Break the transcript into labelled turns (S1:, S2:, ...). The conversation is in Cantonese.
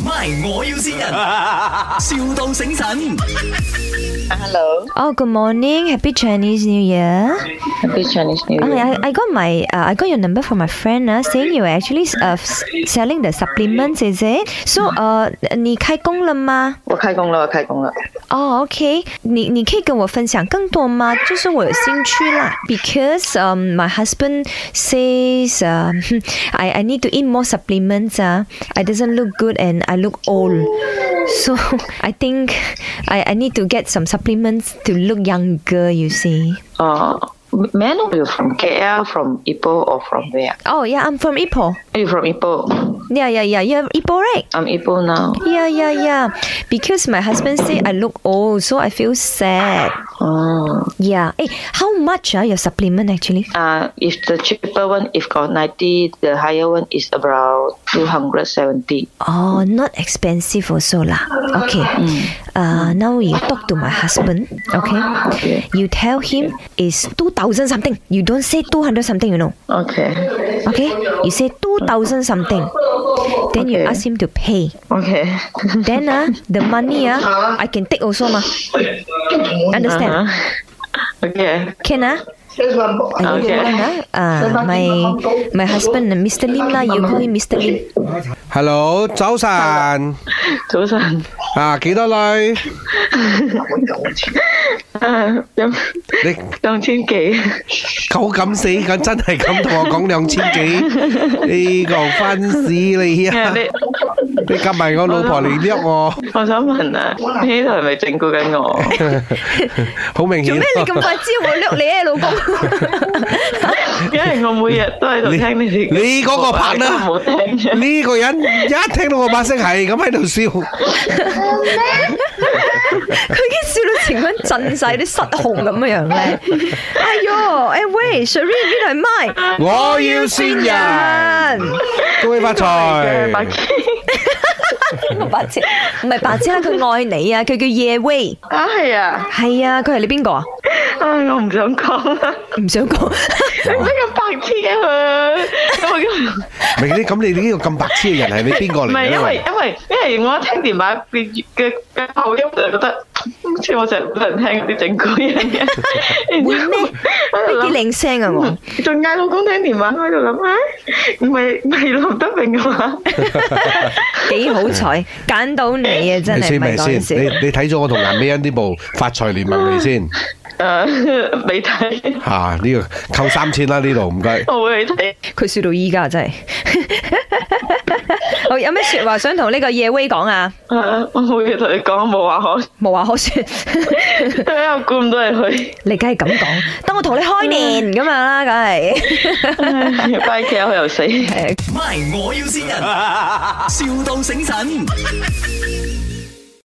S1: MY，我要先人，,笑到醒神。
S2: Hello,
S3: Oh, good morning. Happy Chinese New Year.
S2: happy Chinese New
S3: Oh,
S2: Year.
S3: I, I got my uh, I got your number from my friend uh, saying you are actually uh, s- selling the supplements, is it? So, uh, 你开工了吗？
S2: 我开工了，我开工了。
S3: 哦、o k 你你可以跟我分享更多吗？就是我有兴趣啦，because um my husband says um I I need to eat more supplements 啊、I doesn't look good and I look old. So I think I I need to get some supplements to look younger. You see.
S2: 哦、uh, man, are you from KL, from Ipoh, or from where?
S3: Oh yeah, I'm from Ipoh.
S2: Are you from Ipoh?
S3: Yeah yeah yeah. You're Ipoh right?
S2: I'm Ipoh now.
S3: Yeah yeah yeah. Because my husband say I look old, so I feel sad.
S2: 哦、
S3: Yeah. Hey, how much ah your supplement actually?
S2: uh, if the cheaper one, if got 90, the higher one is about 270.
S3: Oh, not expensive also lah. Okay. Uh, now you talk to my husband. Okay.
S2: Okay.
S3: You tell him is two thousand something. You don't say two hundred something. You know.
S2: Okay.
S3: Okay. You say two thousand something. Then you
S2: Okay.
S3: ask him to pay.
S2: Okay.
S3: Then ah, the money ah, I can take also mah. Understand?
S2: Uh-huh. Okay.
S3: Can ah? Are you
S2: Okay.
S3: the one ah? Ah, my my husband Mr Lim lah. You call him Mr Lim.
S4: Hello，早晨，
S2: 早晨。
S4: 啊，幾多女？
S2: 啊，兩-
S4: 你
S2: 兩千幾。
S4: 狗咁死緊，真係咁同我講兩千 幾，呢個番屎你啊！
S2: 你-
S4: 你夾埋我老婆嚟叻 我，
S2: à, 我想問啊，呢度係咪整蠱緊我？
S4: 好明
S3: 做
S4: 顯
S3: 咩。你咁快知我掠你啊，老公？
S2: 因為我每日都喺度
S4: 你-
S2: 聽你哋嘅
S4: 你嗰個拍啦。
S2: 節目啊，都冇聽嘅。
S4: 呢個人一聽到我把聲係咁喺度 笑，
S3: 佢已經笑到成個人震晒，啲失控咁樣樣咧。哎呦，哎喂，Sherry 呢度係麥，
S4: 我要先人，恭喜發財！
S3: 邊個白痴？唔係白痴啦，佢愛你啊，佢叫夜威。
S2: 白痴。啊，係啊。唉，我唔想講啦。
S3: 係啊，佢係你邊個啊？唔想講。
S2: 點解咁白痴嘅佢？因為-
S4: 明你咁你呢個咁白痴嘅人係你邊個嚟
S2: 唔
S4: 嘅
S2: 係，
S4: 咧？
S2: 因為-因為-因為我一聽電話嘅-嘅-嘅口音，我就覺得，好似我成日都係聽嗰啲整蠱人嘅。然之後
S3: 會咩？
S2: 我就諗，
S3: 幾靚聲啊我。
S2: 仲嗌老公聽電話，我喺度諗，唉，唔係-唔係林德榮嘅話。
S3: 幾好彩，揀到你啊！真係唔
S4: 咪先
S3: 係
S4: 咪
S3: 講
S4: 先，你
S3: 笑。
S4: 你睇咗我同顏美欣呢部《發財聯盟》未 先？
S2: Ờ, 誒，未睇，我會去睇。
S4: 嚇呢個扣三千啦呢度，唔該。
S3: 佢笑到依家真係。 好，有咩说話想同呢個夜威講啊？
S2: 誒，我會同你講，冇話可-
S3: 無話可 说。
S2: 因為我估唔到係佢。
S3: 你梗係咁講，等我同你開年咁樣啦，梗係。
S2: 唉，
S3: 啊
S2: 翻屋企又死。
S1: MY，我要先人，,笑到醒神。